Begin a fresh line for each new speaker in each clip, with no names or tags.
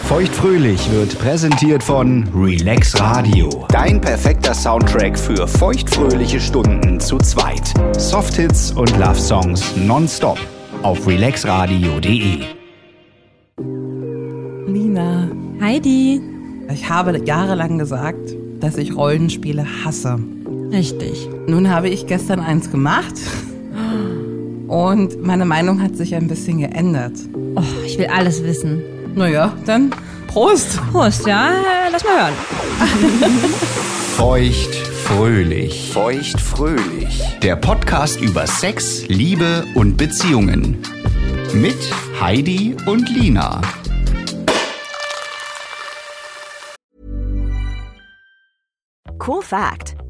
Feuchtfröhlich wird präsentiert von Relax Radio. Dein perfekter Soundtrack für feuchtfröhliche Stunden zu zweit. Softhits und Love Songs nonstop auf relaxradio.de.
Lina,
Heidi.
ich habe jahrelang gesagt, dass ich Rollenspiele hasse.
Richtig.
Nun habe ich gestern eins gemacht und meine Meinung hat sich ein bisschen geändert.
Oh, ich will alles wissen.
Naja, dann Prost!
Prost, ja? Äh, Lass mal hören.
Feuchtfröhlich.
Feuchtfröhlich.
Der Podcast über Sex, Liebe und Beziehungen. Mit Heidi und Lina.
Cool fact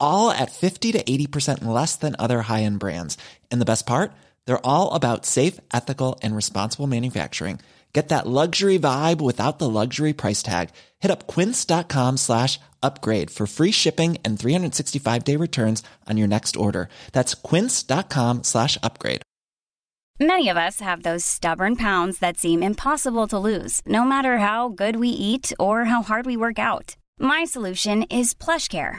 all at 50 to 80% less than other high end brands. And the best part? They're all about safe, ethical, and responsible manufacturing. Get that luxury vibe without the luxury price tag. Hit up quince.com slash upgrade for free shipping and 365 day returns on your next order. That's quince.com slash upgrade.
Many of us have those stubborn pounds that seem impossible to lose, no matter how good we eat or how hard we work out. My solution is PlushCare.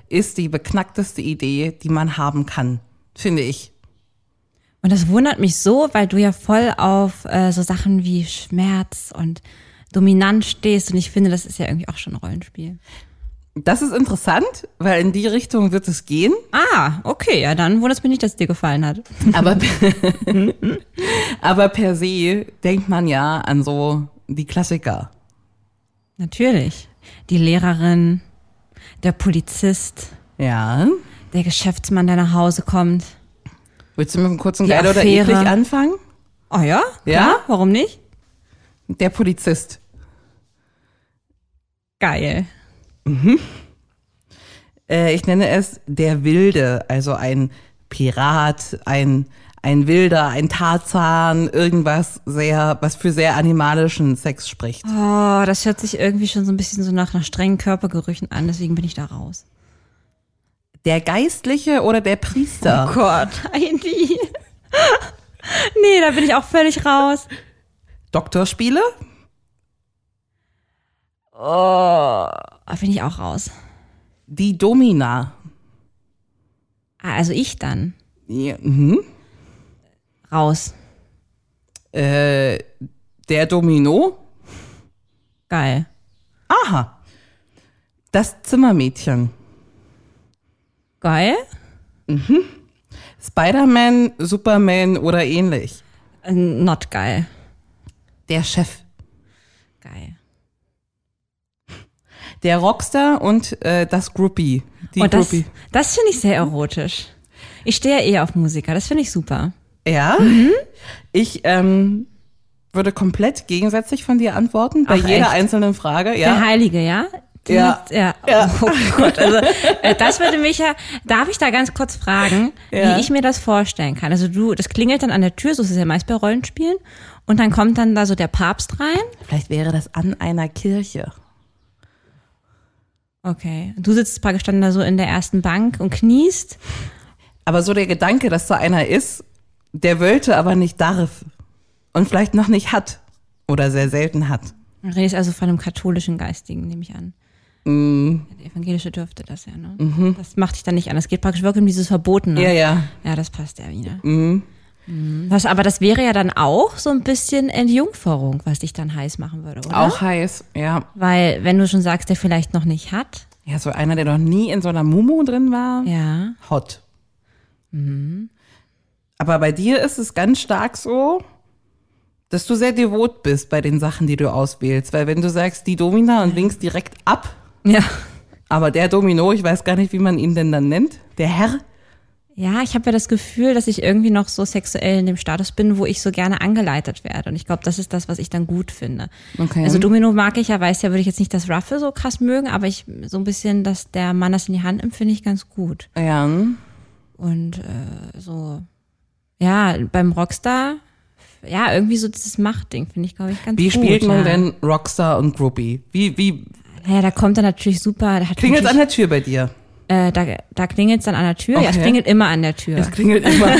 ist die beknackteste Idee, die man haben kann. Finde ich.
Und das wundert mich so, weil du ja voll auf äh, so Sachen wie Schmerz und Dominanz stehst. Und ich finde, das ist ja irgendwie auch schon ein Rollenspiel.
Das ist interessant, weil in die Richtung wird es gehen.
Ah, okay. Ja, dann wundert es mich nicht, dass es dir gefallen hat.
Aber, aber per se denkt man ja an so die Klassiker.
Natürlich. Die Lehrerin, der Polizist,
Ja.
der Geschäftsmann, der nach Hause kommt.
Willst du mit einem kurzen
Die
Geil oder
Affäre.
eklig anfangen?
Oh ja?
Ja?
Klar, warum nicht?
Der Polizist.
Geil.
Äh, ich nenne es der Wilde, also ein Pirat, ein, ein Wilder, ein Tarzan, irgendwas sehr, was für sehr animalischen Sex spricht.
Oh, das hört sich irgendwie schon so ein bisschen so nach, nach strengen Körpergerüchen an, deswegen bin ich da raus.
Der Geistliche oder der Priester?
Oh Gott, Heidi. nee, da bin ich auch völlig raus.
Doktorspiele?
Da Oh, bin ich auch raus.
Die Domina.
Ah, also ich dann.
Ja, mhm.
Raus.
äh, der Domino?
Geil.
Aha. Das Zimmermädchen.
Geil?
Spider-Man, Superman oder ähnlich.
Äh, Not geil.
Der Chef.
Geil.
Der Rockstar und äh, das Groupie. Die
Und das,
Groupie.
das finde ich sehr erotisch. Ich stehe ja eher auf Musiker, das finde ich super.
Ja. Ich ähm, würde komplett gegensätzlich von dir antworten, bei
Ach,
jeder
echt?
einzelnen Frage.
Der
Ja.
Heilige, ja? Die
Ja.
hat- ja. Oh Gott, also äh, das würde mich ja, darf ich da ganz kurz fragen,
Ja.
wie ich mir das vorstellen kann. Also du, das klingelt dann an der Tür, so ist es ja meist bei Rollenspielen, und dann kommt dann da so der Papst rein.
Vielleicht wäre das an einer Kirche.
Okay. Du sitzt praktisch dann da so in der ersten Bank und kniest.
Aber so der Gedanke, dass da einer ist, der wollte, aber nicht darf. Und vielleicht noch nicht hat. Oder sehr selten hat.
Du redest also von einem katholischen Geistigen, nehme ich an.
Mm.
Ja, der evangelische dürfte das ja, ne? Das macht dich dann nicht an. Es geht praktisch wirklich um dieses Verbotene.
Mhm. Ja, ja.
Ja, das passt ja wieder. Mhm. Das, aber das wäre ja dann auch so ein bisschen Entjungferung, was dich dann heiß machen würde, oder?
Auch heiß, ja.
Weil, wenn du schon sagst, der vielleicht noch nicht hat,
Ja, so einer, der noch nie in so einer Mumu drin war.
Ja.
Hot. Mhm. Aber bei dir ist es ganz stark so, dass du sehr devot bist bei den Sachen, die du auswählst. Weil wenn du sagst, die Domina und winkst direkt ab,
Ja.
aber der Domino, ich weiß gar nicht, wie man ihn denn dann nennt, der Herr,
Ja, ich habe ja das Gefühl, dass ich irgendwie noch so sexuell in dem Status bin, wo ich so gerne angeleitet werde. Und ich glaube, das ist das, was ich dann gut finde.
Okay.
Also Domino mag ich ja, weiß ja, würde ich jetzt nicht das Ruffle so krass mögen, aber ich so ein bisschen, dass der Mann das in die Hand nimmt, finde ich ganz gut.
ja,
Und äh, so, ja, beim Rockstar, ja, irgendwie so dieses Machtding finde ich, glaube ich, ganz
wie
gut.
spielt man
ja.
denn Rockstar und Groupie? Wie, wie
Naja, da kommt dann natürlich super, da hat
klingelt an der
natürlich-
Tür bei dir?
äh, da, da klingelt's dann an der Tür. Ja, es
Okay.
klingelt immer an der Tür.
Es klingelt immer.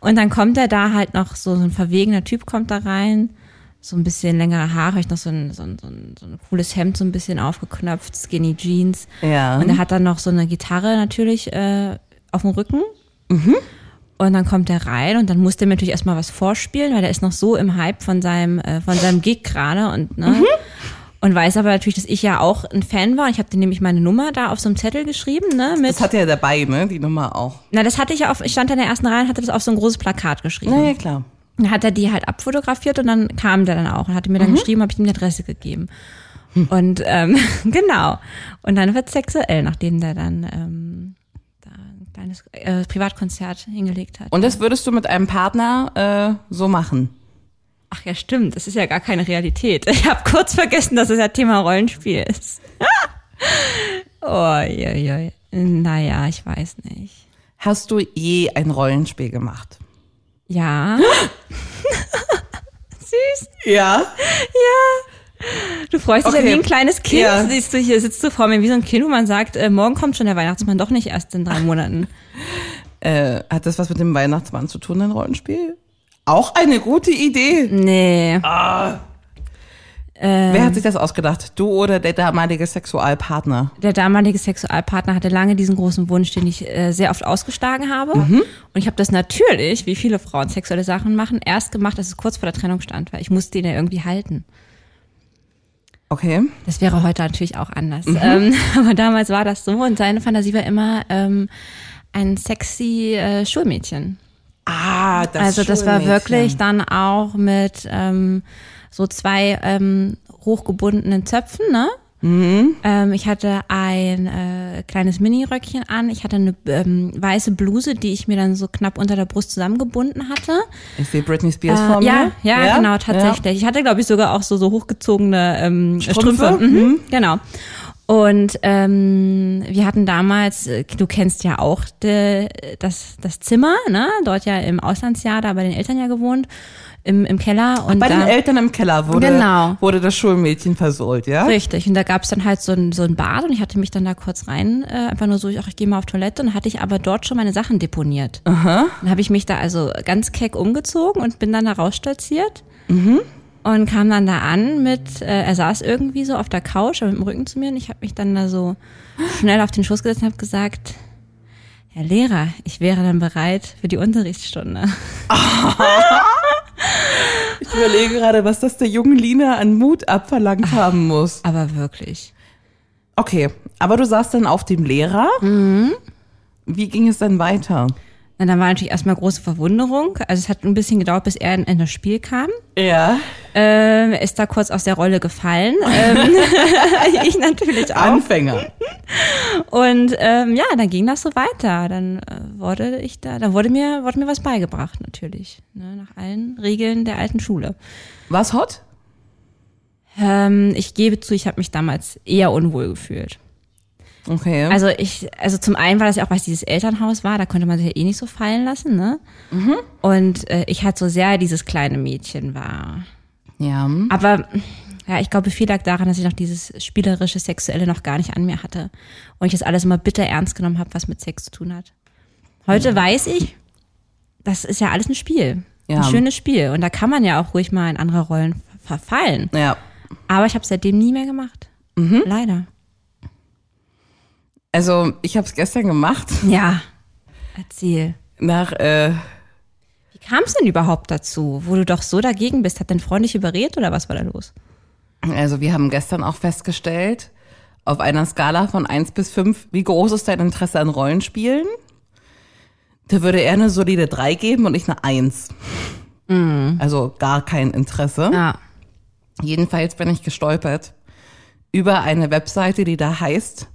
Und dann kommt er da halt noch so, so ein verwegener Typ kommt da rein, so ein bisschen längere Haare, ich noch so ein, so, ein, so, ein, so ein cooles Hemd so ein bisschen aufgeknöpft, Skinny Jeans.
Ja.
Und er hat dann noch so eine Gitarre natürlich äh, auf dem Rücken.
Mhm.
Und dann kommt er rein und dann muss der mir natürlich erstmal was vorspielen, weil der ist noch so im Hype von seinem, äh, von seinem Gig gerade und ne.
Mhm.
Und weiß aber natürlich, dass ich ja auch ein Fan war. Ich habe dir nämlich meine Nummer da auf so einem Zettel geschrieben, ne? Mit,
Das hat er dabei, ne? Die Nummer auch.
na, das hatte ich ja auf, ich stand da in der ersten Reihe und hatte das auf so ein großes Plakat geschrieben.
Na ja, klar.
Dann hat er die halt abfotografiert und dann kam der dann auch und hatte mir dann
Mhm.
geschrieben, habe ich ihm die Adresse gegeben. Und ähm, genau. Und dann wird sexuell, nachdem der dann ähm, da ein kleines äh, Privatkonzert hingelegt hat.
Und das würdest du mit einem Partner äh, so machen?
Ach ja, stimmt, das ist ja gar keine Realität. Ich habe kurz vergessen, dass es ja Thema Rollenspiel ist. oh, je, je. Naja, ich weiß nicht.
Hast du je ein Rollenspiel gemacht?
Ja. Süß.
Ja.
Du freust dich
Okay.
ja wie ein kleines Kind.
Ja.
Siehst du, hier sitzt du vor mir wie so ein Kind, wo man sagt, äh, morgen kommt schon der Weihnachtsmann, doch nicht erst in drei Monaten.
Hat das was mit dem Weihnachtsmann zu tun, ein Rollenspiel? Auch eine gute Idee.
Nee.
Wer hat sich das ausgedacht? Du oder der damalige Sexualpartner?
Der damalige Sexualpartner hatte lange diesen großen Wunsch, den ich äh, sehr oft ausgeschlagen habe. Und ich habe das natürlich, wie viele Frauen sexuelle Sachen machen, erst gemacht, als es kurz vor der Trennung stand, weil ich musste ihn ja irgendwie halten.
Okay.
Das wäre heute natürlich auch anders. Ähm, aber damals war das so und seine Fantasie war immer ähm, ein sexy äh, Schulmädchen.
Ah, das
also das war
Schulmädchen.
wirklich dann auch mit ähm, so zwei ähm, hochgebundenen Zöpfen, ne? Ähm, ich hatte ein äh, kleines Miniröckchen an, ich hatte eine ähm, weiße Bluse, die ich mir dann so knapp unter der Brust zusammengebunden hatte.
Ich sehe Britney Spears
Äh,
vor mir.
ja, ja, genau, tatsächlich. Ich hatte, glaube ich, sogar auch so, so hochgezogene ähm,
Strümpfe?
Strümpfe. Mhm, genau. Und ähm, wir hatten damals, äh, du kennst ja auch de, das, das Zimmer, ne? Dort ja im Auslandsjahr, da bei den Eltern ja gewohnt, im, im Keller. Und
Bei
da,
den Eltern im Keller wurde,
Genau.
wurde das Schulmädchen versohlt, ja?
Richtig, und da gab's dann halt so ein, so ein Bad und ich hatte mich dann da kurz rein, äh, einfach nur so, ich, ach, ich gehe mal auf Toilette und hatte ich aber dort schon meine Sachen deponiert. Dann habe ich mich da also ganz keck umgezogen und bin dann da rausstolziert und kam dann da an mit, äh, er saß irgendwie so auf der Couch aber mit dem Rücken zu mir und ich habe mich dann da so schnell auf den Schoß gesetzt und habe gesagt, Herr Lehrer, ich wäre dann bereit für die Unterrichtsstunde.
Ich überlege gerade, was das der jungen Lina an Mut abverlangt haben muss.
Aber wirklich.
Okay, aber du saßt dann auf dem Lehrer.
Mhm.
Wie ging es dann weiter?
Und dann war natürlich erstmal große Verwunderung. Also es hat ein bisschen gedauert, bis er in, in das Spiel kam.
Ja.
Ähm, er ist da kurz aus der Rolle gefallen. Ähm, ich natürlich auch.
Anfänger.
Und ähm, ja, dann ging das so weiter. Dann äh, wurde ich da, dann wurde mir, wurde mir was beigebracht natürlich. Ne, nach allen Regeln der alten Schule.
War's hot?
Ähm, ich gebe zu, ich habe mich damals eher unwohl gefühlt.
Okay.
Also ich, also zum einen war das ja auch, weil es dieses Elternhaus war, da konnte man sich ja eh nicht so fallen lassen, ne? Und äh, ich halt so sehr dieses kleine Mädchen war.
ja.
Aber ja, ich glaube, viel lag daran, dass ich noch dieses spielerische, sexuelle noch gar nicht an mir hatte. Und ich das alles immer bitter ernst genommen habe, was mit Sex zu tun hat. Heute weiß ich, das ist ja alles ein Spiel.
Ja.
Ein schönes Spiel. Und da kann man ja auch ruhig mal in andere Rollen ver- verfallen.
Ja.
Aber ich habe seitdem nie mehr gemacht. Leider.
Also, ich habe es gestern gemacht.
Ja. Erzähl.
Nach, äh,
Wie kam es denn überhaupt dazu, wo du doch so dagegen bist? Hat dein Freund dich überredet oder was war da los?
also wir haben gestern auch festgestellt, auf einer Skala von 1 bis 5, wie groß ist dein Interesse an Rollenspielen? Da würde er eine solide 3 geben und ich eine 1. Also gar kein Interesse.
Ja.
Jedenfalls bin ich gestolpert über eine Webseite, die da heißt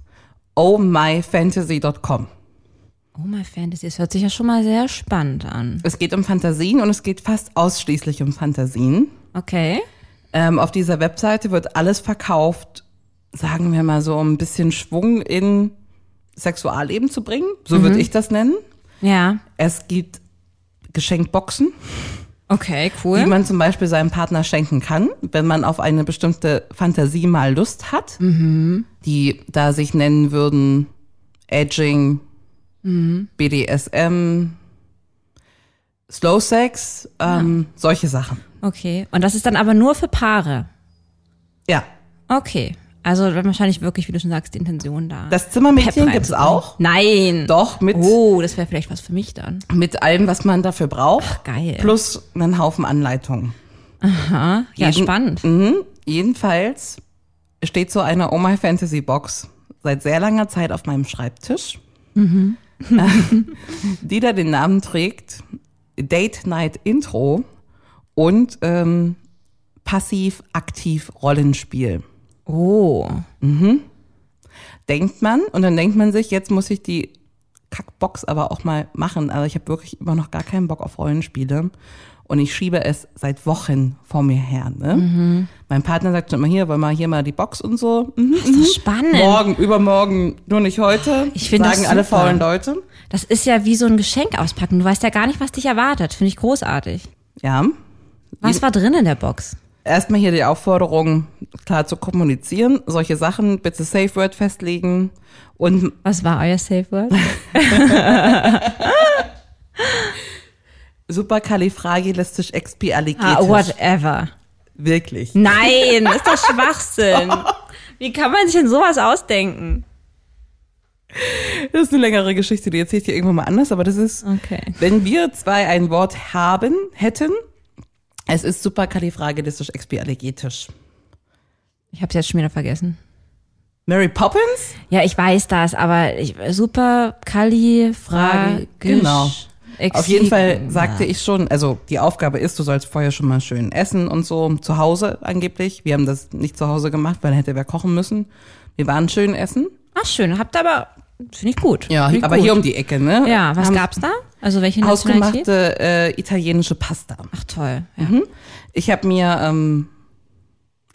ohmyfantasy.com.
Oh my Fantasy, es hört sich ja schon mal sehr spannend an.
Es geht um Fantasien und es geht fast ausschließlich um Fantasien.
Okay.
Ähm, auf dieser Webseite wird alles verkauft, sagen wir mal so, um ein bisschen Schwung in Sexualleben zu bringen. So
Mhm.
würde ich das nennen.
Ja.
Es gibt Geschenkboxen,
Okay, cool.
die man zum Beispiel seinem Partner schenken kann, wenn man auf eine bestimmte Fantasie mal Lust hat,
Mhm.
die da sich nennen würden Edging,
Mhm.
BDSM, Slow Sex, ähm, solche Sachen.
Okay. Und das ist dann aber nur für Paare.
Ja.
Okay. Also dann wahrscheinlich wirklich, wie du schon sagst, die Intention da.
Das Zimmermädchen
Pep
gibt's
reinzubringen.
auch.
Nein.
Doch, mit,
Oh, das wäre vielleicht was für mich dann.
mit allem, was man dafür braucht.
Geil.
Plus einen Haufen Anleitungen.
ja,
jeden- Mhm.
spannend.
Jedenfalls steht so eine Oh My Fantasy Box seit sehr langer Zeit auf meinem Schreibtisch,
Mhm.
die da den Namen trägt Date Night Intro und ähm, Passiv-Aktiv Rollenspiel.
Oh.
Denkt man und dann denkt man sich, jetzt muss ich die Kackbox aber auch mal machen. Also ich habe wirklich immer noch gar keinen Bock auf Rollenspiele. Und ich schiebe es seit Wochen vor mir her. Ne?
Mhm.
Mein Partner sagt schon immer hier, wollen wir hier mal die Box und so. Mhm,
Das ist doch spannend.
Morgen, übermorgen, nur nicht heute.
Hm. Ich find das
sagen alle
super.
faulen Leute.
Das ist ja wie so ein Geschenk auspacken. Du weißt ja gar nicht, was dich erwartet. Finde ich großartig.
Ja.
Was war drin in der Box?
Erstmal hier die Aufforderung, klar zu kommunizieren, solche Sachen, bitte Safe Word festlegen und
Was war euer Safe Word?
superkalifragilistisch
Ah,
expialigetisch.
whatever.
Wirklich.
Nein, ist doch Schwachsinn. Wie kann man sich denn sowas ausdenken?
Das ist eine längere Geschichte, die erzähle ich dir irgendwann mal anders, aber das ist,
Okay.
wenn wir zwei ein Wort haben, hätten, es ist superkalifragilistisch expialigetisch.
Ich hab's jetzt schon wieder vergessen.
Mary Poppins?
Ja, ich weiß das, aber ich, super Kali Frage.
Genau. Auf jeden Fall sagte ich schon, also die Aufgabe ist, du sollst vorher schon mal schön essen und so, zu Hause angeblich. Wir haben das nicht zu Hause gemacht, weil dann hätte wer kochen müssen. Wir waren schön essen.
Ach schön, habt ihr aber finde ich gut.
Ja,
Find ich
aber
gut.
hier um die Ecke, ne?
Ja, was
Haben
gab's da? Also welche Nationalität?
Hausgemachte Mhm. äh, italienische Pasta.
Ach toll. Ja.
Ich habe mir, ähm,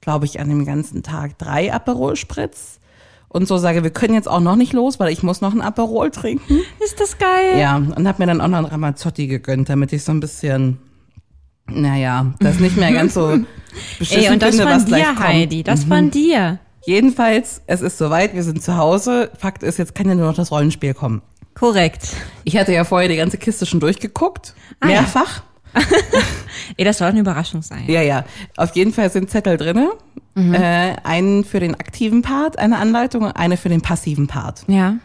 glaube ich, an dem ganzen Tag drei Aperol Spritz und so sage, wir können jetzt auch noch nicht los, weil ich muss noch ein Aperol trinken.
Ist das geil?
Ja, und habe mir dann auch noch ein Ramazzotti gegönnt, damit ich so ein bisschen, naja, das nicht mehr ganz so beschissen
Ey, und das halt.
finde,
von
was gleich
dir,
kommt. Mhm.
Heidi, das von dir.
Jedenfalls, es ist soweit, wir sind zu Hause. Fakt ist, jetzt kann ja nur noch das Rollenspiel kommen.
Korrekt.
Ich hatte ja vorher die ganze Kiste schon durchgeguckt,
Ah, ja.
mehrfach.
Ey, das soll eine Überraschung sein.
Ja, ja. Auf jeden Fall sind Zettel drinne. Äh, einen für den aktiven Part, eine Anleitung, und eine für den passiven Part.
Ja.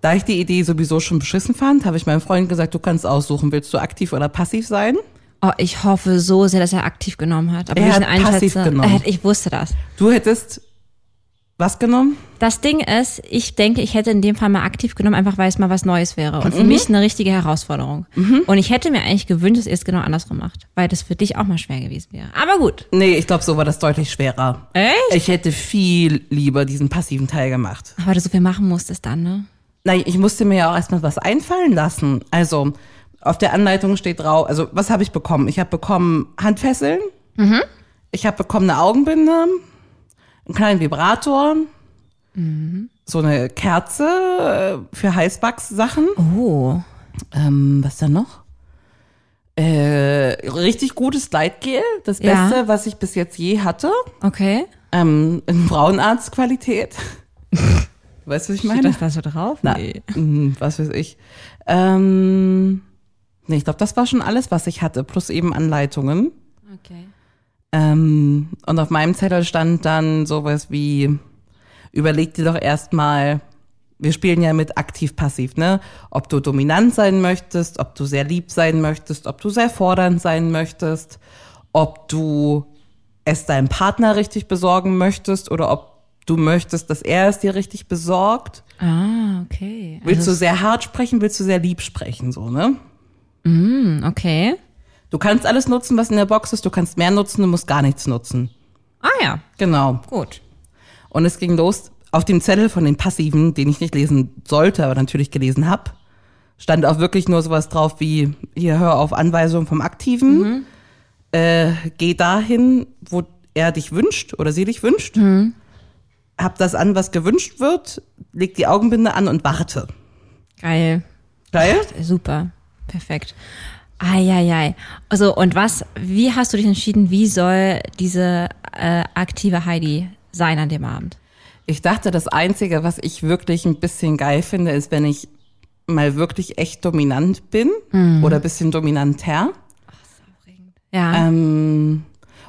Da ich die Idee sowieso schon beschissen fand, habe ich meinem Freund gesagt, du kannst aussuchen, willst du aktiv oder passiv sein?
Oh, ich hoffe so sehr, dass er aktiv genommen hat. Aber
Er
wie ich ihn
hat passiv
einschätze,
genommen.
er hat- ich wusste das.
Du hättest was genommen?
Das Ding ist, ich denke, ich hätte in dem Fall mal aktiv genommen, einfach weil es mal was Neues wäre. Und für mich eine richtige Herausforderung. Und ich hätte mir eigentlich gewünscht, dass ihr es genau andersrum macht. Weil das für dich auch mal schwer gewesen wäre. Aber gut.
Nee, ich glaube, so war das deutlich schwerer.
Echt?
Ich hätte viel lieber diesen passiven Teil gemacht.
Aber du so viel machen musstest dann, ne?
Nein, ich musste mir ja auch erstmal was einfallen lassen. Also auf der Anleitung steht drauf, also was habe ich bekommen? Ich habe bekommen Handfesseln,
Mhm.
ich habe bekommen eine Augenbinde, einen kleinen Vibrator,
Mhm.
so eine Kerze äh, für Heißwachs-Sachen.
Oh.
Ähm, was dann noch? Äh, richtig gutes Gleitgel, das
Ja.
Beste, was ich bis jetzt je hatte.
Okay.
Ähm, in Frauenarztqualität. weißt du, was ich meine?
Steht das da so drauf?
Na,
Nee.
mh, Mhm, was weiß ich. Ähm, nee, ich glaube, das war schon alles, was ich hatte, plus eben Anleitungen.
Okay.
Ähm, und auf meinem Zettel stand dann sowas wie, überleg dir doch erstmal, wir spielen ja mit aktiv-passiv, ne? Ob du dominant sein möchtest, ob du sehr lieb sein möchtest, ob du sehr fordernd sein möchtest, ob du es deinem Partner richtig besorgen möchtest oder ob Du möchtest, dass er es dir richtig besorgt.
Ah, okay.
Willst du sehr hart sprechen, willst du sehr lieb sprechen, so, ne?
Hm, okay.
Du kannst alles nutzen, was in der Box ist. Du kannst mehr nutzen, du musst gar nichts nutzen.
Ah ja,
Genau.
gut.
Und es ging los. Auf dem Zettel von den Passiven, den ich nicht lesen sollte, aber natürlich gelesen habe, stand auch wirklich nur sowas drauf wie, hier hör auf Anweisungen vom Aktiven, äh, geh dahin, wo er dich wünscht oder sie dich wünscht, hab das an, was gewünscht wird, leg die Augenbinde an und warte.
Geil.
Geil?
Super. Perfekt. Eieiei. Also, und was, wie hast du dich entschieden, wie soll diese äh, aktive Heidi sein an dem Abend?
Ich dachte, das Einzige, was ich wirklich ein bisschen geil finde, ist, wenn ich mal wirklich echt dominant bin oder ein bisschen dominanter.
Ja.
Ähm,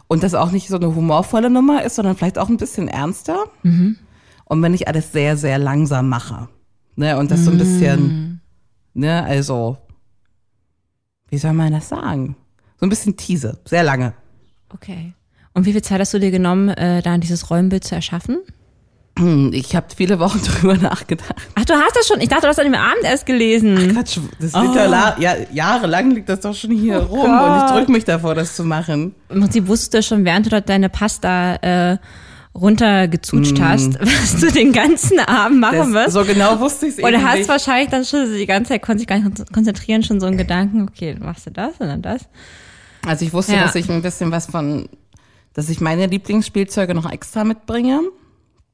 und das auch nicht so eine humorvolle Nummer ist, sondern vielleicht auch ein bisschen ernster. Und wenn ich alles sehr, sehr langsam mache. Ne, und das so ein bisschen, ne, also, wie soll man das sagen? So ein bisschen tease, sehr lange.
Okay. Und wie viel Zeit hast du dir genommen, äh, da dieses Räumbild zu erschaffen?
Hm, Ich habe viele Wochen drüber nachgedacht.
Ach, du hast das schon. Ich dachte, du hast an dem Abend erst gelesen.
Quatsch, das
Ah.
liegt ja la- ja, jahrelang liegt das doch schon hier
Oh
rum und ich drücke mich davor, das zu machen.
Im Prinzip wusstest du schon, während du dort deine Pasta äh, runtergezutscht hast, was du den ganzen Abend machen
Mhm. Das,
wirst.
so genau wusste ich es
und
eben
hast
nicht.
wahrscheinlich dann schon die ganze Zeit, konntest dich gar nicht konzentrieren, schon so
Äh.
einen Gedanken, okay, dann machst du das und dann das.
Also ich wusste,
Ja.
dass ich ein bisschen was von, dass ich meine Lieblingsspielzeuge noch extra mitbringe.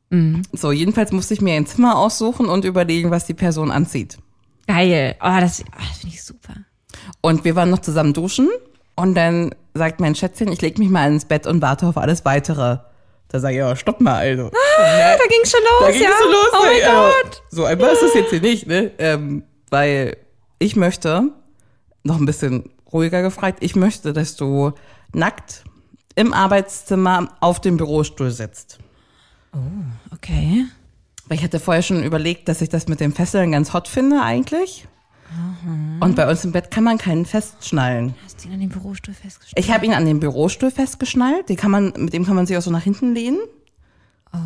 Mhm.
So, jedenfalls musste ich mir ein Zimmer aussuchen und überlegen, was die Person anzieht.
Geil. Oh, das, oh, das finde ich super.
Und wir waren noch zusammen duschen und dann sagt mein Schätzchen, ich leg mich mal ins Bett und warte auf alles weitere. Da sage ich, ja, stopp mal, also.
Da ging's schon los,
Da ging
ja.
es so los. ne?
oh mein
ey, aber
Gott.
So einfach ist es jetzt hier nicht, ne? Ähm, weil ich möchte, noch ein bisschen ruhiger gefragt, ich möchte, dass du nackt im Arbeitszimmer auf dem Bürostuhl sitzt.
Okay.
Weil ich hatte vorher schon überlegt, dass ich das mit den Fesseln ganz hot finde eigentlich. Und bei uns im Bett kann man keinen festschnallen.
Hast du ihn an dem Bürostuhl festgestellt?
Ich habe ihn an den Bürostuhl festgeschnallt. Die kann man, mit dem kann man sich auch so nach hinten lehnen.
Oh,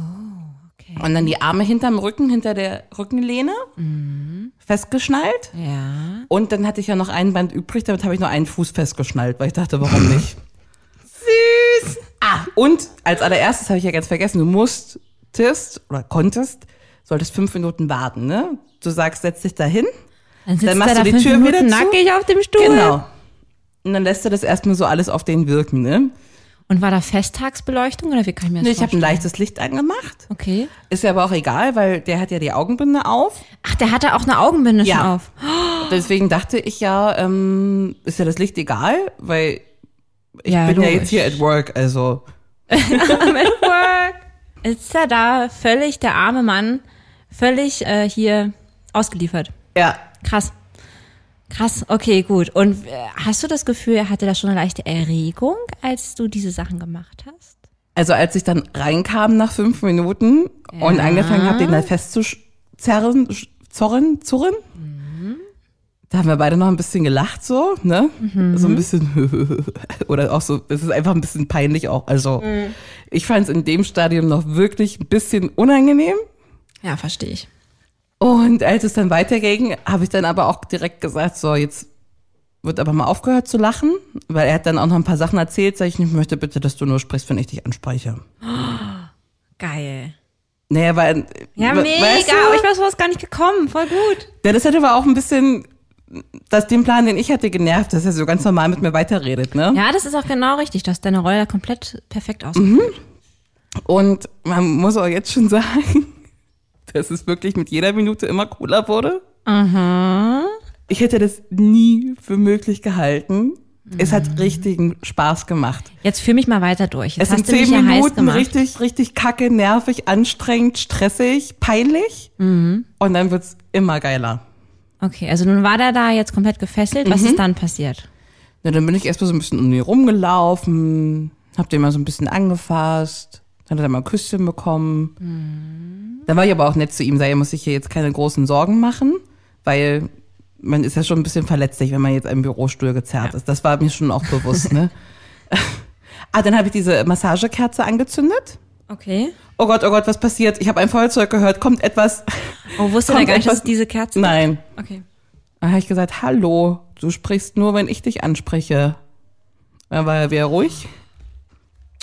okay.
Und dann die Arme hinterm Rücken, hinter der Rückenlehne festgeschnallt.
Mhm. Ja.
Und dann hatte ich ja noch ein Band übrig, damit habe ich nur einen Fuß festgeschnallt, weil ich dachte, warum nicht? Ah,
Süß.
Und als allererstes habe ich ja ganz vergessen, du musstest oder konntest, solltest fünf Minuten warten, ne? Du sagst, setz dich dahin.
Dann sitzt
Dann machst
er da
du die
fünf
Tür
Minuten
wieder zu.
nackig auf dem Stuhl.
Genau. Und dann lässt du das erstmal so alles auf den wirken, ne?
Und war da Festtagsbeleuchtung oder wie kann ich mir das
Nee, ich habe ein
vorstellen?
leichtes Licht angemacht.
Okay.
Ist ja aber auch egal, weil der hat ja die Augenbinde auf.
Ach, der hatte auch eine Augenbinde schon
Ja.
auf.
Deswegen dachte ich ja, ähm, ist ja das Licht egal, weil ich
Ja,
bin ja
logisch.
jetzt hier at work, also.
Ist er da völlig, der arme Mann, völlig äh, hier ausgeliefert.
Ja,
Krass. Krass, okay, gut. Und äh, hast du das Gefühl, er hatte da schon eine leichte Erregung, als du diese Sachen gemacht hast?
Also als ich dann reinkam nach fünf Minuten und angefangen habe, den da festzuzerren, sch- zorren, zurren, da haben wir beide noch ein bisschen gelacht so, ne? So ein bisschen oder auch so, es ist einfach ein bisschen peinlich auch. Also ich fand es in dem Stadium noch wirklich ein bisschen unangenehm.
Ja, verstehe ich.
Und als es dann weiterging, habe ich dann aber auch direkt gesagt, so jetzt wird aber mal aufgehört zu lachen, weil er hat dann auch noch ein paar Sachen erzählt, sag ich, ich möchte bitte, dass du nur sprichst, wenn ich dich anspreche.
Geil.
Naja, weil.
Ja,
we-
mega.
weißt du?
Aber ich war sowas gar nicht gekommen. Voll gut.
ja, das hätte aber auch ein bisschen das, den Plan, den ich hatte, genervt, dass er so ganz normal mit mir weiterredet, ne?
Ja, das ist auch genau richtig. Du hast deine Rolle da komplett perfekt
Mhm.
ausgefüllt.
Und man muss auch jetzt schon sagen, dass es wirklich mit jeder Minute immer cooler wurde.
Mhm.
Ich hätte das nie für möglich gehalten. Es hat richtigen Spaß gemacht.
Jetzt führ mich mal weiter durch. Mhm. Jetzt
es
hast
sind
du mich
zehn
ja heiß
Minuten
gemacht.
richtig, richtig kacke, nervig, anstrengend, stressig, peinlich.
Mhm.
Und dann wird's immer geiler.
Okay, also nun war der da jetzt komplett gefesselt.
Mhm.
Was ist dann passiert?
Na, dann bin ich erstmal so ein bisschen um ihn rumgelaufen, hab den mal so ein bisschen angefasst, dann hat er mal ein Küsschen bekommen. Dann war ich aber auch nett zu ihm, sei, er muss sich hier jetzt keine großen Sorgen machen, weil man ist ja schon ein bisschen verletzlich, wenn man jetzt im Bürostuhl gezerrt ist. Das war mir schon auch bewusst, ne? ah, dann habe ich diese Massagekerze angezündet.
Okay.
Oh Gott, oh Gott, was passiert? Ich habe ein Feuerzeug gehört, kommt etwas.
Oh, wusste der
Kommt
gar nicht, dass
etwas-
es diese Kerze
Nein.
gibt? Okay.
Dann habe ich gesagt, hallo, du sprichst nur, wenn ich dich anspreche. Dann war er wieder ruhig.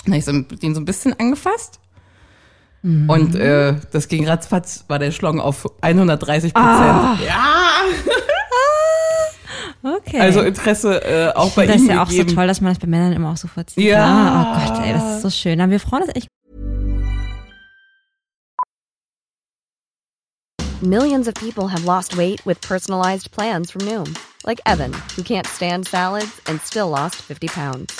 Dann habe ich so, ihn so ein bisschen angefasst.
Mhm.
Und äh, das ging ratzfatz, war der Schlong auf 130 Prozent.
Ah, Okay.
Also Interesse äh, auch bei
das
ihm
ist ja auch
gegeben.
so toll, dass man das bei Männern immer auch so vollzieht.
Ja.
Ah, Oh Gott, ey, das ist so schön. Haben wir Frauen das echt?
Millions of people have lost weight with personalized plans from Noom, like Evan, who can't stand salads and still lost 50 pounds.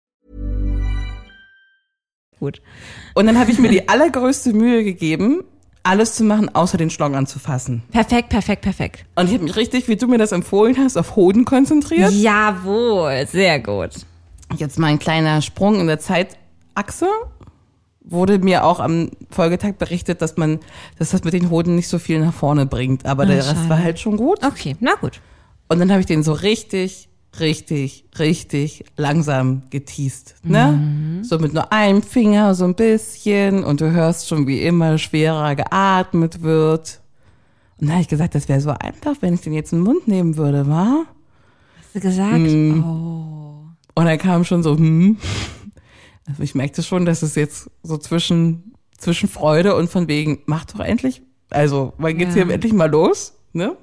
Gut.
Und dann habe ich mir die allergrößte Mühe gegeben, alles zu machen, außer den Schlong anzufassen.
Perfekt, perfekt, perfekt.
Und ich habe mich richtig, wie du mir das empfohlen hast, auf Hoden konzentriert.
Jawohl, sehr gut.
Jetzt mal ein kleiner Sprung in der Zeitachse. Wurde mir auch am Folgetag berichtet, dass man, dass das mit den Hoden nicht so viel nach vorne bringt. Aber der Rest
schade.
war halt schon gut.
Okay, na gut.
Und dann habe ich den so richtig, richtig, richtig langsam geteased. Ne? So mit nur einem Finger, so ein bisschen. Und du hörst schon, wie immer schwerer geatmet wird. Und da habe ich gesagt, das wäre so einfach, wenn ich den jetzt in den Mund nehmen würde, wa?
Hast du gesagt?
Mm,
Oh.
Und dann kam schon so, hm. Also ich merkte schon, dass es jetzt so zwischen, zwischen Freude und von wegen, mach doch endlich, also wann geht's
Ja.
hier endlich mal los, ne?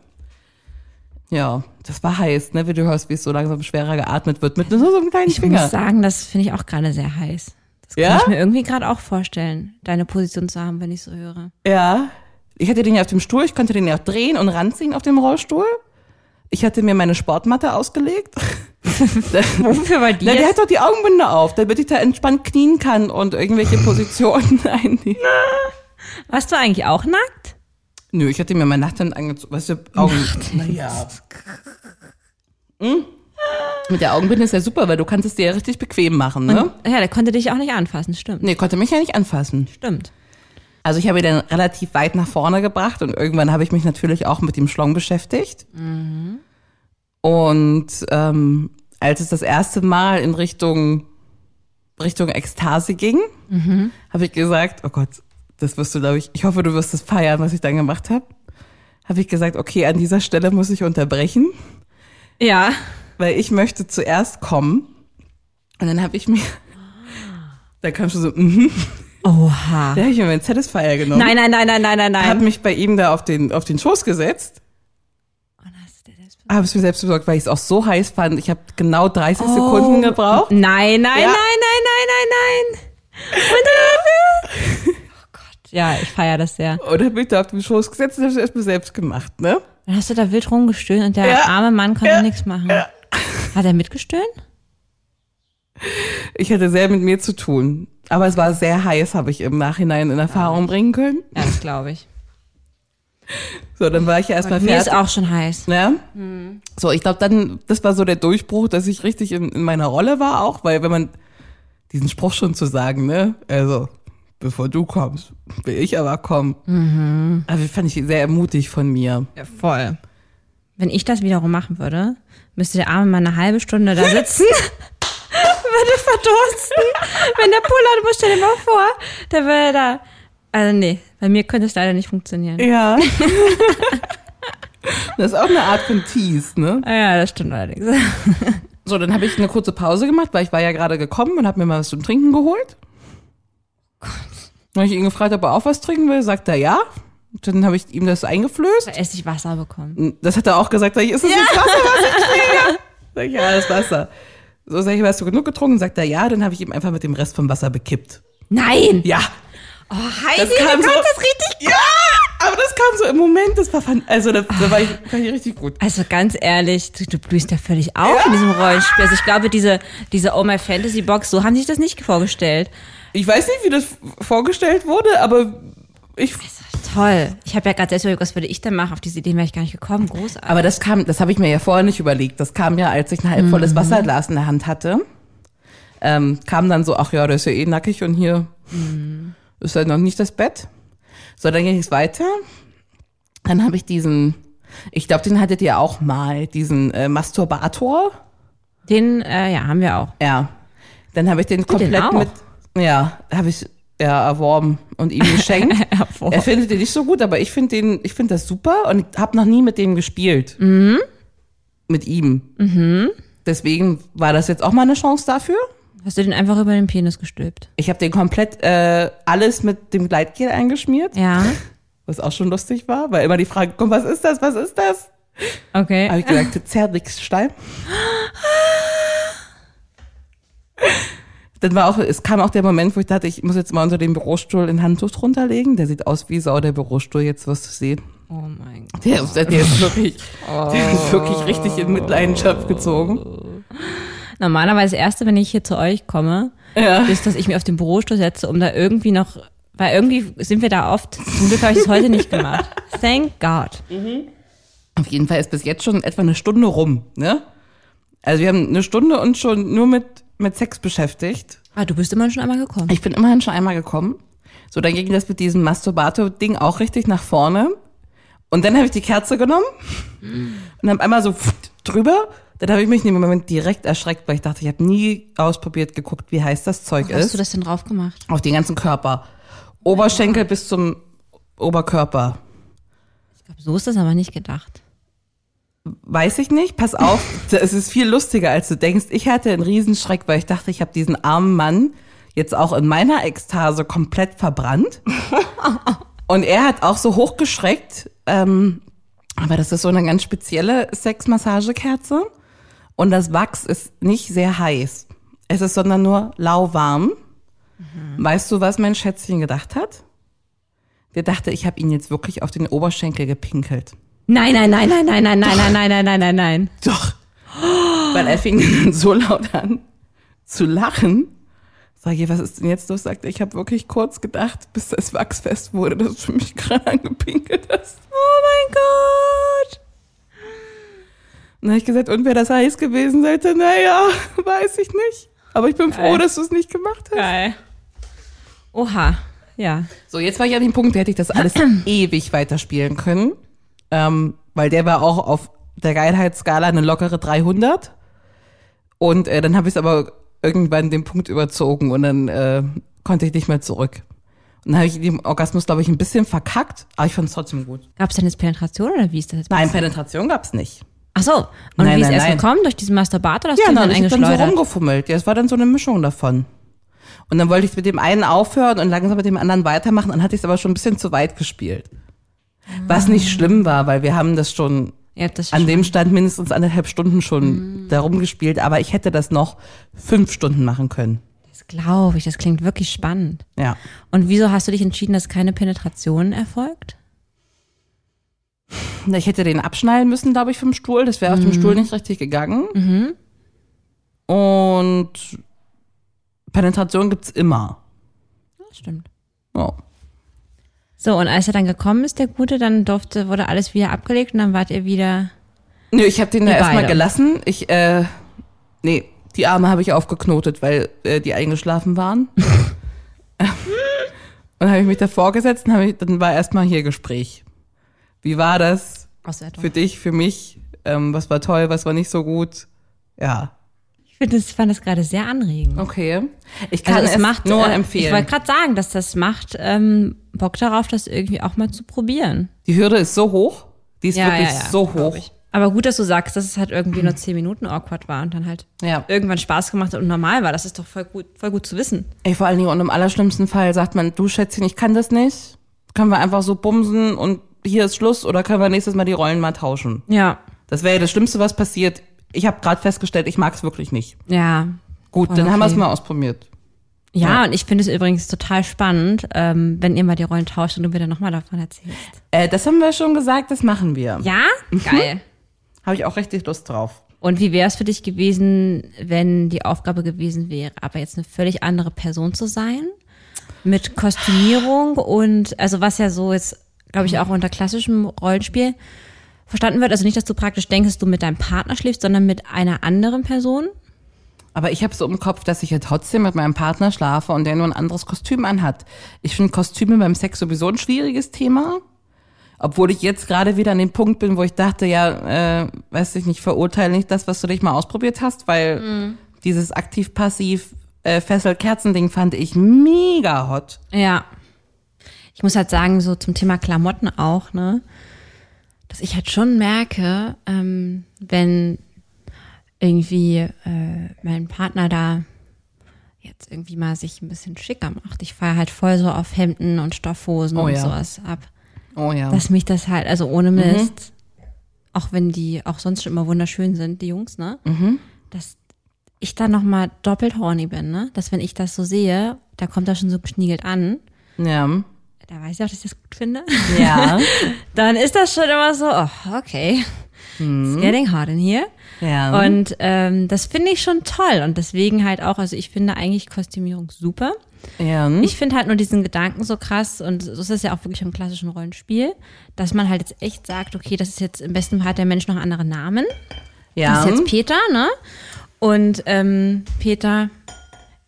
Ja, das war heiß, ne? Wie du hörst, wie es so langsam schwerer geatmet wird mit nur so einem kleinen
Ich
Finger.
muss sagen, das finde ich auch gerade sehr heiß. Das kann
Ja?
ich mir irgendwie gerade auch vorstellen, deine Position zu haben, wenn ich so höre.
Ja. Ich hatte den ja auf dem Stuhl, ich konnte den ja auch drehen und ranziehen auf dem Rollstuhl. Ich hatte mir meine Sportmatte ausgelegt.
Wofür war die
Na, der
jetzt?
hat doch die Augenbinde auf, damit ich da entspannt knien kann und irgendwelche Positionen einnehmen.
Warst du eigentlich auch nackt?
Nö, ich hatte mir mein Nachthemd angezogen. Weißt du, Augen. Naja. Hm? Mit der Augenbinde ist ja super, weil du kannst es dir ja richtig bequem machen, ne?
Ja, der konnte dich auch nicht anfassen, stimmt.
Nee, konnte mich ja nicht anfassen.
Stimmt.
Also ich habe ihn dann relativ weit nach vorne gebracht und irgendwann habe ich mich natürlich auch mit dem Schlong beschäftigt. Und ähm, als es das erste Mal in Richtung, Richtung Ekstase ging, habe ich gesagt, oh Gott, das wirst du, glaube ich, ich hoffe, du wirst es feiern, was ich dann gemacht habe. Habe ich gesagt, okay, an dieser Stelle muss ich unterbrechen
Ja.
weil ich möchte zuerst kommen. Und dann habe ich mir, da kam schon so, mhm,
Oha.
da habe ich mir meinen Satisfier genommen.
Nein, nein, nein, nein, nein, nein,
Habe
nein.
mich bei ihm da auf den, auf den Schoß gesetzt. Habe es mir selbst besorgt, weil ich es auch so heiß fand. Ich habe genau 30
Oh.
Sekunden gebraucht.
Nein, nein,
Ja.
nein, nein, nein, nein, nein. Und dafür. Oh Gott. Ja, ich feiere das sehr.
Und habe mich da auf den Schoß gesetzt und habe es erstmal selbst gemacht, ne?
Dann hast du da wild rumgestöhnt und der
Ja.
arme Mann konnte
Ja.
nichts machen. Hat er mitgestöhnt?
Ich hatte sehr mit mir zu tun. Aber es war sehr heiß, habe ich im Nachhinein in Erfahrung bringen können.
Ja, das glaube ich.
So, dann war ich ja erstmal
Mir
fertig.
ist auch schon heiß.
Ne? So, ich glaube, dann, das war so der Durchbruch, dass ich richtig in, in meiner Rolle war auch, weil wenn man diesen Spruch schon zu sagen, ne, also, bevor du kommst, will ich aber kommen. Also, das fand ich sehr ermutigt von mir.
Ja, voll. Wenn ich das wiederum machen würde, müsste der Arme mal eine halbe Stunde da sitzen. würde verdursten. Wenn der Puller, du stell dir mal vor, der würde da. Also nee, bei mir könnte es leider nicht funktionieren.
Ja. das ist auch eine Art von Tease, ne?
Ah ja, das stimmt allerdings.
So, dann habe ich eine kurze Pause gemacht, weil ich war ja gerade gekommen und habe mir mal was zum Trinken geholt. Dann habe ich ihn gefragt, ob er auch was trinken will, sagt er ja. Dann habe ich ihm das eingeflößt.
Essigwasser bekommen.
Das hat er auch gesagt. Sag ich, ist das jetzt Wasser, was ich trinke? Sag ich, ja, das ist Wasser. So sag ich, hast du genug getrunken? Sagt er, ja. Dann habe ich ihm einfach mit dem Rest vom Wasser bekippt.
Nein!
Ja.
Oh, Heidi,
kam
du
so-
kannst das richtig
Ja! Aber das kam so im Moment, das war fun. Also da, da war ich, fand ich richtig gut.
Also ganz ehrlich, du, du blühst ja völlig auf in diesem Rollenspiel. Also ich glaube, diese, diese Oh My Fantasy Box, so haben sich das nicht vorgestellt.
Ich weiß nicht, wie das vorgestellt wurde, aber ich.
Toll. Ich habe ja gerade selbst überlegt, was würde ich denn machen? Auf diese Idee wäre ich gar nicht gekommen. Großartig.
Aber das kam, das habe ich mir ja vorher nicht überlegt. Das kam ja, als ich ein halbvolles Wasserglas in der Hand hatte. Ähm, kam dann so, ach ja, das ist ja eh nackig und hier ist halt noch nicht das Bett. So, dann ging es weiter. Dann habe ich diesen, ich glaube, den hattet ihr auch mal, diesen äh, Masturbator.
Den, äh, ja, haben wir auch.
Ja. Dann habe ich den komplett
auch.
mit. Ja, habe ich ja erworben und ihm geschenkt.
Erworben.
er findet den nicht so gut, aber ich finde den, ich finde das super und habe noch nie mit dem gespielt. Mit ihm. Deswegen war das jetzt auch mal eine Chance dafür.
Hast du den einfach über den Penis gestülpt?
Ich habe den komplett äh, alles mit dem Gleitgel eingeschmiert,
Ja.
was auch schon lustig war, weil immer die Frage kommt, was ist das, was ist das? Habe
Okay.
ich gesagt, Zervixstein. Dann war auch, es kam auch der Moment, wo ich dachte, ich muss jetzt mal unter den Bürostuhl ein Handtuch drunter legen. Der sieht aus wie Sau, der Bürostuhl, jetzt wirst du sehen.
Oh mein Gott.
Der ist, der ist wirklich, der ist wirklich richtig in Mitleidenschaft gezogen.
Normalerweise das erste, wenn ich hier zu euch komme, ist, dass ich mich auf den Bürostuhl setze, um da irgendwie noch, weil irgendwie sind wir da oft. Zum Glück habe ich das heute nicht gemacht. Thank God.
Auf jeden Fall ist bis jetzt schon etwa eine Stunde rum, ne? Also wir haben eine Stunde uns schon nur mit, mit Sex beschäftigt.
Ah, du bist immer schon einmal gekommen.
Ich bin immerhin schon einmal gekommen. So, dann ging das mit diesem Masturbator-Ding auch richtig nach vorne. Und dann habe ich die Kerze genommen und habe einmal so pft drüber. Dann habe ich mich in dem Moment direkt erschreckt, weil ich dachte, ich habe nie ausprobiert geguckt, wie heiß das Zeug
Hast du
ist.
das denn drauf gemacht?
Auf den ganzen Körper. Oberschenkel bis zum Oberkörper.
So ist das aber nicht gedacht.
Weiß ich nicht, pass auf, es ist viel lustiger, als du denkst. Ich hatte einen Riesenschreck, weil ich dachte, ich habe diesen armen Mann jetzt auch in meiner Ekstase komplett verbrannt. Und er hat auch so hochgeschreckt. Ähm, aber das ist so eine ganz spezielle Sexmassagekerze. Und das Wachs ist nicht sehr heiß. Es ist sondern nur lauwarm. Weißt du, was mein Schätzchen gedacht hat? Der dachte, ich habe ihn jetzt wirklich auf den Oberschenkel gepinkelt.
Nein, nein, nein, nein, nein, nein, nein, nein, nein, nein, nein, nein, nein.
Doch. Weil er fing dann so laut an zu lachen. Sag ich, was ist denn jetzt los? Sagt er, ich habe wirklich kurz gedacht, bis das Wachs fest wurde, dass du mich gerade angepinkelt hast. Oh mein Gott. Dann habe ich gesagt, und wer das heiß gewesen sollte, naja, weiß ich nicht. Aber ich bin froh, dass du es nicht gemacht hast.
Geil. Oha. Ja.
So, jetzt war ich an dem Punkt, da hätte ich das alles ewig weiterspielen können. Ähm, weil der war auch auf der Geilheitsskala eine lockere 300. Und äh, dann habe ich es aber irgendwann den Punkt überzogen und dann äh, konnte ich nicht mehr zurück. Und dann habe ich den Orgasmus, glaube ich, ein bisschen verkackt, aber ich fand es trotzdem gut.
Gab es denn jetzt Penetration oder wie ist das jetzt?
Nein, Penetration gab's nicht.
Ach so. Und
Nein,
wie ist
nein,
erst
nein.
gekommen? Durch diesen Masturbator, das
Ja,
Ding
dann,
dann
ich hab dann so
eingeschleudert?
rumgefummelt. Ja, es war dann so eine Mischung davon. Und dann wollte ich mit dem einen aufhören und langsam mit dem anderen weitermachen. Dann hatte ich es aber schon ein bisschen zu weit gespielt. Was nicht schlimm war, weil wir haben das schon
Ihr habt das
an
schon-
dem Stand mindestens anderthalb Stunden schon da rumgespielt. Aber ich hätte das noch fünf Stunden machen können.
Das glaube ich, das klingt wirklich spannend.
Ja.
Und wieso hast du dich entschieden, dass keine Penetration erfolgt?
Ich hätte den abschnallen müssen, glaube ich, vom Stuhl. Das wäre auf dem Stuhl nicht richtig gegangen. Mhm. Und Penetration gibt's immer.
Das stimmt.
Ja.
So, und als er dann gekommen ist, der Gute, dann durfte, wurde alles wieder abgelegt und dann wart ihr wieder.
Nö, ich habe den da
Ihr
erstmal
beide.
gelassen. Ich, äh, nee, die Arme habe ich aufgeknotet, weil äh, die eingeschlafen waren. und dann habe ich mich davor gesetzt und hab ich, dann war erstmal hier Gespräch. Wie war das
Auswertung.
für dich, für mich? Ähm, was war toll, was war nicht so gut? Ja,
Ich finde das, fand das gerade sehr anregend.
okay. Ich kann Also es, nur
äh, Ich
empfehlen.
wollte gerade sagen, dass das macht ähm, Bock darauf, das irgendwie auch mal zu probieren.
Die Hürde ist so hoch, die ist wirklich so
glaub
hoch.
ich. Aber gut, dass du sagst, dass es halt irgendwie nur zehn Minuten awkward war und dann halt
Ja.
irgendwann Spaß gemacht hat und normal war. Das ist doch voll gut, voll gut zu wissen.
Ey, vor allen Dingen und im allerschlimmsten Fall sagt man, du Schätzchen, ich kann das nicht. können wir einfach so bumsen und hier ist Schluss oder können wir nächstes Mal die Rollen mal tauschen?
Ja.
Das wäre ja das Schlimmste, was passiert. Ich habe gerade festgestellt, ich mag es wirklich nicht.
Ja.
Gut,
Voll
dann haben wir es
Oh, okay.
mal ausprobiert.
Ja, und ich finde es übrigens total spannend, ähm, wenn ihr mal die Rollen tauscht und du mir dann nochmal davon erzählst.
Äh, das haben wir schon gesagt, das machen wir.
Ja? Geil.
Habe ich auch richtig Lust drauf.
Und wie wäre es für dich gewesen, wenn die Aufgabe gewesen wäre, aber jetzt eine völlig andere Person zu sein? Mit Kostümierung und, also was ja so jetzt, glaube ich, auch unter klassischem Rollenspiel verstanden wird. Also nicht, dass du praktisch denkst, dass du mit deinem Partner schläfst, sondern mit einer anderen Person.
Aber ich habe so im Kopf, dass ich ja trotzdem mit meinem Partner schlafe und der nur ein anderes Kostüm anhat. Ich finde Kostüme beim Sex sowieso ein schwieriges Thema. Obwohl ich jetzt gerade wieder an dem Punkt bin, wo ich dachte, ja, äh, weiß ich nicht, verurteile nicht das, was du dich mal ausprobiert hast, weil
Mhm.
dieses aktiv-passiv äh, Fessel-Kerzen-Ding fand ich mega hot.
Ja. Ich muss halt sagen, so zum Thema Klamotten auch, ne, dass ich halt schon merke, ähm, wenn irgendwie äh, mein Partner da jetzt irgendwie mal sich ein bisschen schicker macht. Ich fahre halt voll so auf Hemden und Stoffhosen
Oh
und
ja.
sowas ab.
Oh Mhm. ja.
Dass mich das halt, also ohne Mist, auch wenn die auch sonst schon immer wunderschön sind, die Jungs, ne?
Mhm.
Dass ich da nochmal doppelt horny bin, ne? Dass wenn ich das so sehe, da kommt das schon so geschniegelt an
ja.
da weiß ich auch, dass ich das gut finde,
Ja.
dann ist das schon immer so, oh, okay, it's getting hot in here.
ja.
Und ähm, das finde ich schon toll und deswegen halt auch, also ich finde eigentlich Kostümierung super.
ja.
Ich finde halt nur diesen Gedanken so krass und so ist es ja auch wirklich im klassischen Rollenspiel, dass man halt jetzt echt sagt, okay, das ist jetzt, im besten Fall hat der Mensch noch einen anderen Namen. Das
ja.
ist jetzt Peter, ne? Und ähm, Peter,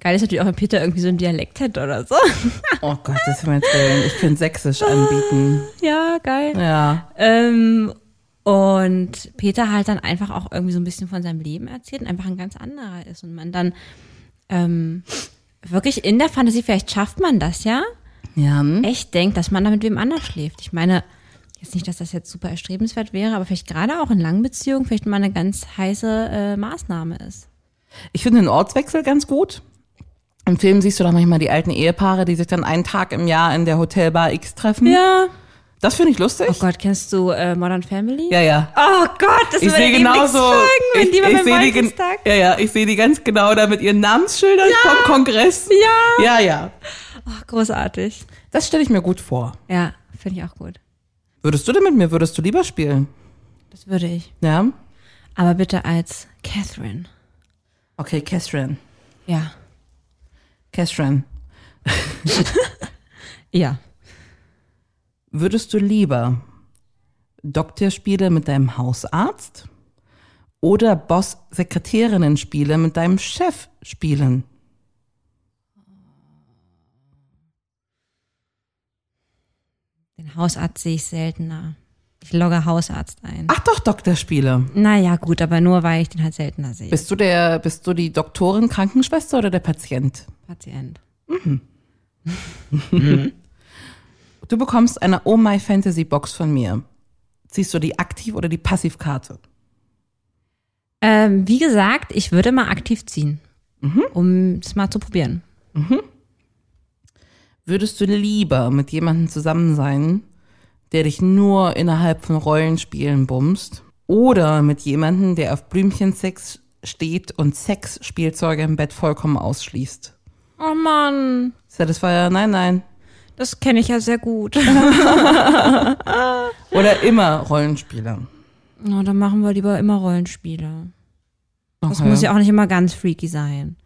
geil ist natürlich auch, wenn Peter irgendwie so einen Dialekt hätte oder so.
Oh Gott, das will jetzt Willen. Ich könnte Sächsisch anbieten.
ja, geil.
Ja.
Ähm, und Peter halt dann einfach auch irgendwie so ein bisschen von seinem Leben erzählt und einfach ein ganz anderer ist. Und man dann ähm, wirklich in der Fantasie, vielleicht schafft man das ja,
Ja.
echt denkt, dass man da mit wem anders schläft. Ich meine, jetzt nicht, dass das jetzt super erstrebenswert wäre, aber vielleicht gerade auch in langen Beziehungen vielleicht mal eine ganz heiße äh, Maßnahme ist.
Ich finde den Ortswechsel ganz gut. Im Film siehst du doch manchmal die alten Ehepaare, die sich dann einen Tag im Jahr in der Hotelbar X treffen.
Ja.
Das finde ich lustig.
Oh Gott, kennst du äh, Modern Family?
Ja, ja.
Oh Gott, das
ich
ist meine
sehe genauso.
Lieblingsfolgen, wenn
ich
die mal
ich
beim
sehe die, gen-
Valentinstag-
ja, ja, ich sehe die ganz genau da mit ihren Namensschildern vom Kongress.
Ja.
Ja, ja.
Oh, großartig.
Das stelle ich mir gut vor.
Ja, finde ich auch gut.
Würdest du denn mit mir, würdest du lieber spielen?
Das würde ich.
Ja.
Aber bitte als Catherine.
Okay, Catherine.
Ja.
Catherine.
Ja.
Würdest du lieber Doktorspiele mit deinem Hausarzt oder Boss-Sekretärinnen-Spiele mit deinem Chef spielen?
Den Hausarzt sehe ich seltener. Ich logge Hausarzt ein.
Ach doch, Doktorspiele.
Naja, gut, aber nur weil ich den halt seltener sehe.
Bist du der, bist du die Doktorin, Krankenschwester oder der Patient?
Patient.
Du bekommst eine Oh My Fantasy Box von mir. Ziehst du die aktiv oder die Passivkarte?
Ähm, wie gesagt, ich würde mal aktiv ziehen, um es mal zu probieren.
Würdest du lieber mit jemandem zusammen sein, der dich nur innerhalb von Rollenspielen bumst? Oder mit jemandem, der auf Blümchensex steht und Sexspielzeuge im Bett vollkommen ausschließt?
Oh Mann,
Satisfier, nein, nein.
das kenne ich ja sehr gut.
Oder immer Rollenspiele.
Na, dann machen wir lieber immer Rollenspiele. Das
Okay.
muss ja auch nicht immer ganz freaky sein.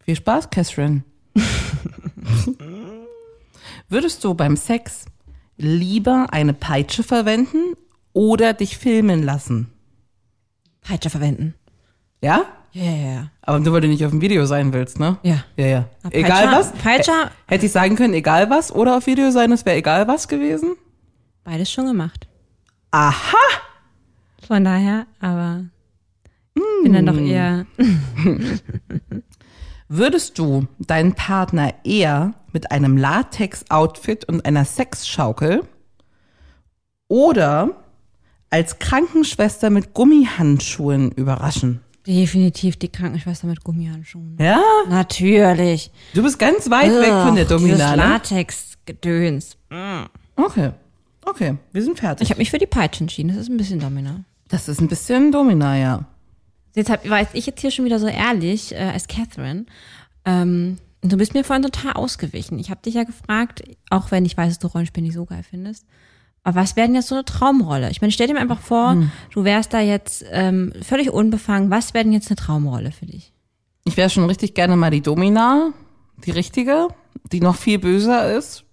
Viel Spaß, Catherine. Würdest du beim Sex lieber eine Peitsche verwenden oder dich filmen lassen?
Peitsche verwenden.
Ja?
Ja, ja, ja.
Aber nur weil du nicht auf dem Video sein willst, ne?
Ja.
Ja, ja.
Na, Peitsche-
Egal was?
Peitsche-
Hätte ich sagen können, egal was oder auf Video sein, es wäre egal was gewesen?
Beides schon gemacht.
Aha!
Von daher, aber ich bin dann doch eher
Würdest du deinen Partner eher mit einem Latex-Outfit und einer Sexschaukel oder als Krankenschwester mit Gummihandschuhen überraschen?
definitiv die Krankenschwester mit Gummihandschuhen.
Ja?
Natürlich.
Du bist ganz weit weg von der ne?
Ugh, dieses
Domina. ne?
Latex-Gedöns. Mm.
Okay. Okay, wir sind fertig.
Ich habe mich für die Peitsche entschieden. Das ist ein bisschen Domina.
das ist ein bisschen Domina, ja.
Jetzt hab, weiß ich jetzt hier schon wieder so ehrlich äh, als Catherine. Ähm, du bist mir vorhin total ausgewichen. Ich habe dich ja gefragt, auch wenn ich weiß, dass du Rollenspiel nicht so geil findest. Aber was wäre denn jetzt so eine Traumrolle? Ich meine, stell dir mal einfach vor, du wärst da jetzt ähm, völlig unbefangen. Was wäre denn jetzt eine Traumrolle für dich?
Ich wäre schon richtig gerne mal die Domina, die richtige, die noch viel böser ist.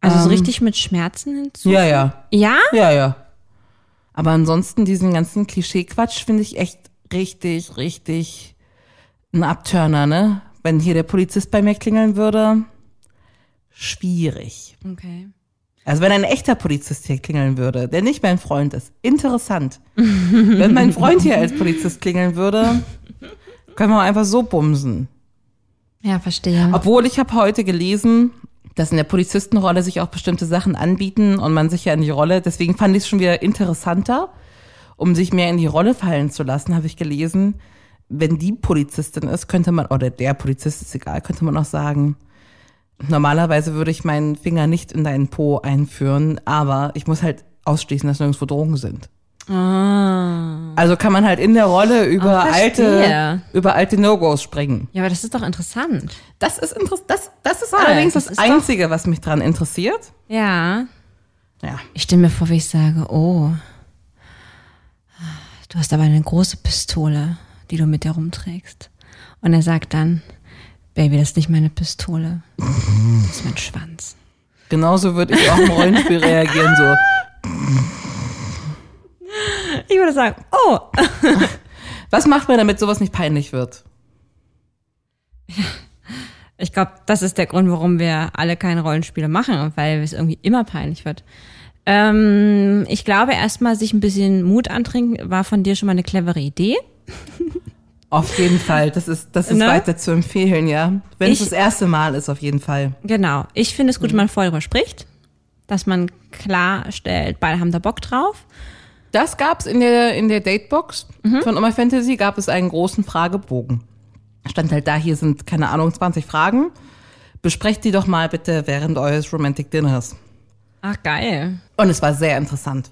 Also so richtig mit Schmerzen hinzu?
Ja, ja.
Ja?
Ja, ja. Aber ansonsten diesen ganzen Klischee-Quatsch finde ich echt richtig, richtig ein Abturner, ne? Wenn hier der Polizist bei mir klingeln würde, schwierig.
Okay.
Also wenn ein echter Polizist hier klingeln würde, der nicht mein Freund ist, interessant. wenn mein Freund hier als Polizist klingeln würde, können wir einfach so bumsen.
Ja, verstehe.
Obwohl ich habe heute gelesen, dass in der Polizistenrolle sich auch bestimmte Sachen anbieten und man sich ja in die Rolle, deswegen fand ich es schon wieder interessanter, um sich mehr in die Rolle fallen zu lassen, habe ich gelesen, wenn die Polizistin ist, könnte man, oder der Polizist ist egal, könnte man auch sagen, normalerweise würde ich meinen Finger nicht in deinen Po einführen, aber ich muss halt ausschließen, dass nirgendwo Drogen sind. Also kann man halt in der Rolle über
Ah, verstehe.
alte, über alte No-Gos springen.
ja, aber das ist doch interessant.
Das ist interessant. Das, das ist allerdings das,
das ist doch-
Einzige, was mich dran interessiert.
Ja.
Ja.
Ich stelle mir vor, wie ich sage, oh, du hast aber eine große Pistole, die du mit dir rumträgst. Und er sagt dann, Baby, das ist nicht meine Pistole, das ist mein Schwanz.
Genauso würde ich auch im Rollenspiel reagieren. So,
Ich würde sagen, oh,
was macht man, damit sowas nicht peinlich wird?
Ich glaube, das ist der Grund, warum wir alle keine Rollenspiele machen, weil es irgendwie immer peinlich wird. Ähm, ich glaube, erstmal sich ein bisschen Mut antrinken war von dir schon mal eine clevere Idee.
Auf jeden Fall. Das ist, das ist
Ne?
weiter zu empfehlen, ja. Wenn es
Ich-
das erste Mal ist, auf jeden Fall.
Genau. Ich finde es gut, wenn man vorher darüber spricht, dass man klarstellt, beide haben da Bock drauf.
Das gab es in der, in der Datebox von Oma Fantasy, gab es einen großen Fragebogen. Stand halt da, hier sind, keine Ahnung, 20 Fragen. Besprecht die doch mal bitte während eures Romantic Dinners.
Ach, Ah, geil.
Und es war sehr interessant.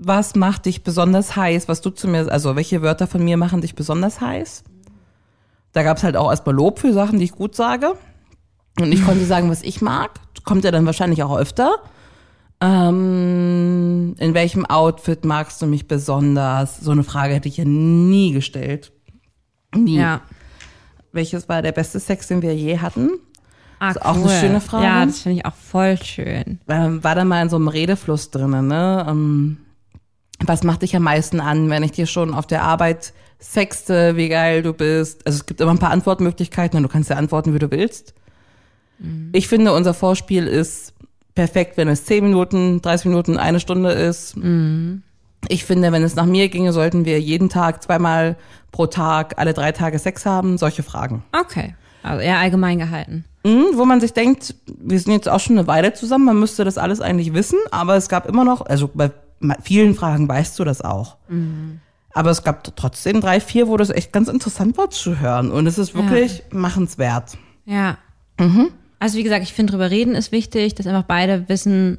Was macht dich besonders heiß? Was du zu mir, also welche Wörter von mir machen dich besonders heiß? Da gab es halt auch erstmal Lob für Sachen, die ich gut sage. Und ich konnte sagen, was ich mag. Kommt ja dann wahrscheinlich auch öfter. Ähm, in welchem Outfit magst du mich besonders? So eine Frage hätte ich ja nie gestellt. Nie.
Ja.
Welches war der beste Sex, den wir je hatten?
Ah,
Ist auch eine schöne Frage.
Ja, das finde ich auch voll schön.
ähm, war da mal in so einem Redefluss drinnen, ne? Ähm, was macht dich am meisten an, wenn ich dir schon auf der Arbeit sexte, wie geil du bist? Also es gibt immer ein paar Antwortmöglichkeiten und du kannst ja antworten, wie du willst. Ich finde, unser Vorspiel ist perfekt, wenn es 10 Minuten, 30 Minuten, eine Stunde ist. Ich finde, wenn es nach mir ginge, sollten wir jeden Tag, zweimal pro Tag, alle drei Tage Sex haben, solche Fragen.
Okay. Also eher allgemein gehalten.
Mhm, wo man sich denkt, wir sind jetzt auch schon eine Weile zusammen, man müsste das alles eigentlich wissen, aber es gab immer noch, also bei ma- vielen Fragen weißt du das auch.
Mhm.
Aber es gab trotzdem drei, vier, wo das echt ganz interessant war zu hören. Und es ist wirklich machenswert.
Ja.
Mhm.
Also wie gesagt, ich finde drüber reden ist wichtig, dass einfach beide wissen,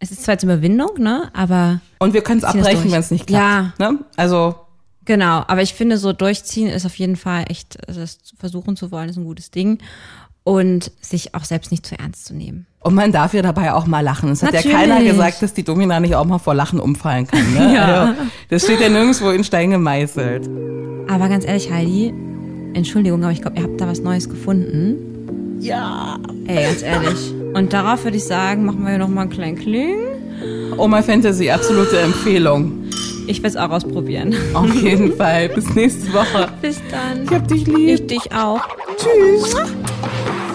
es ist zwar jetzt Überwindung, ne? Aber
Und wir können es
Zieh das
abbrechen,
durch.
wenn es nicht klappt. Ne? Also
Genau, aber ich finde, so durchziehen ist auf jeden Fall echt, also das zu versuchen zu wollen, ist ein gutes Ding. Und sich auch selbst nicht zu ernst zu nehmen.
Und man darf ja dabei auch mal lachen. Es hat
Natürlich.
ja keiner gesagt, dass die Domina nicht auch mal vor Lachen umfallen kann. Ne?
Ja.
Also, das steht ja nirgendwo in Stein gemeißelt.
Aber ganz ehrlich, Heidi, Entschuldigung, aber ich glaube, ihr habt da was Neues gefunden. Ja. Ey, ganz ehrlich. Und darauf würde ich sagen, machen wir nochmal einen kleinen Kling.
Oh, my Fantasy, absolute Empfehlung.
Ich werde es auch ausprobieren.
Auf jeden Fall. Bis nächste Woche.
Bis dann.
Ich hab dich lieb.
Ich dich auch.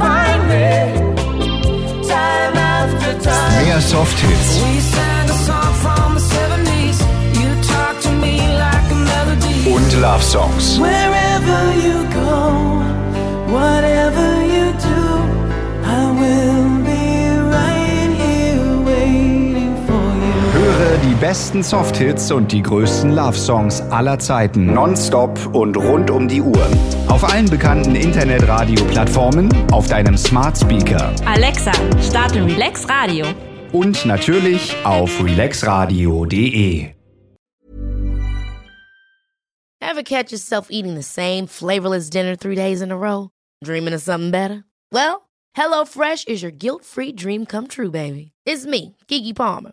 find me. Time after time.
Mehr Mehr Soft-Hits
We sang a song from the 70s. You talk to me like a melody.
und Love-Songs.
Wherever you go, whatever you do, I will be right here waiting for you.
Höre die besten Soft-Hits und die größten Love-Songs aller Zeiten. Nonstop und rund um die Uhr. Auf allen bekannten Internetradio-Plattformen, auf deinem Smart-Speaker
Alexa, starte Relax Radio.
und natürlich auf relaxradio.de.
Ever catch yourself eating the same flavorless dinner three days in a row? Dreaming of something better? Well, HelloFresh is your guilt free dream come true, baby. It's me, Gigi Palmer.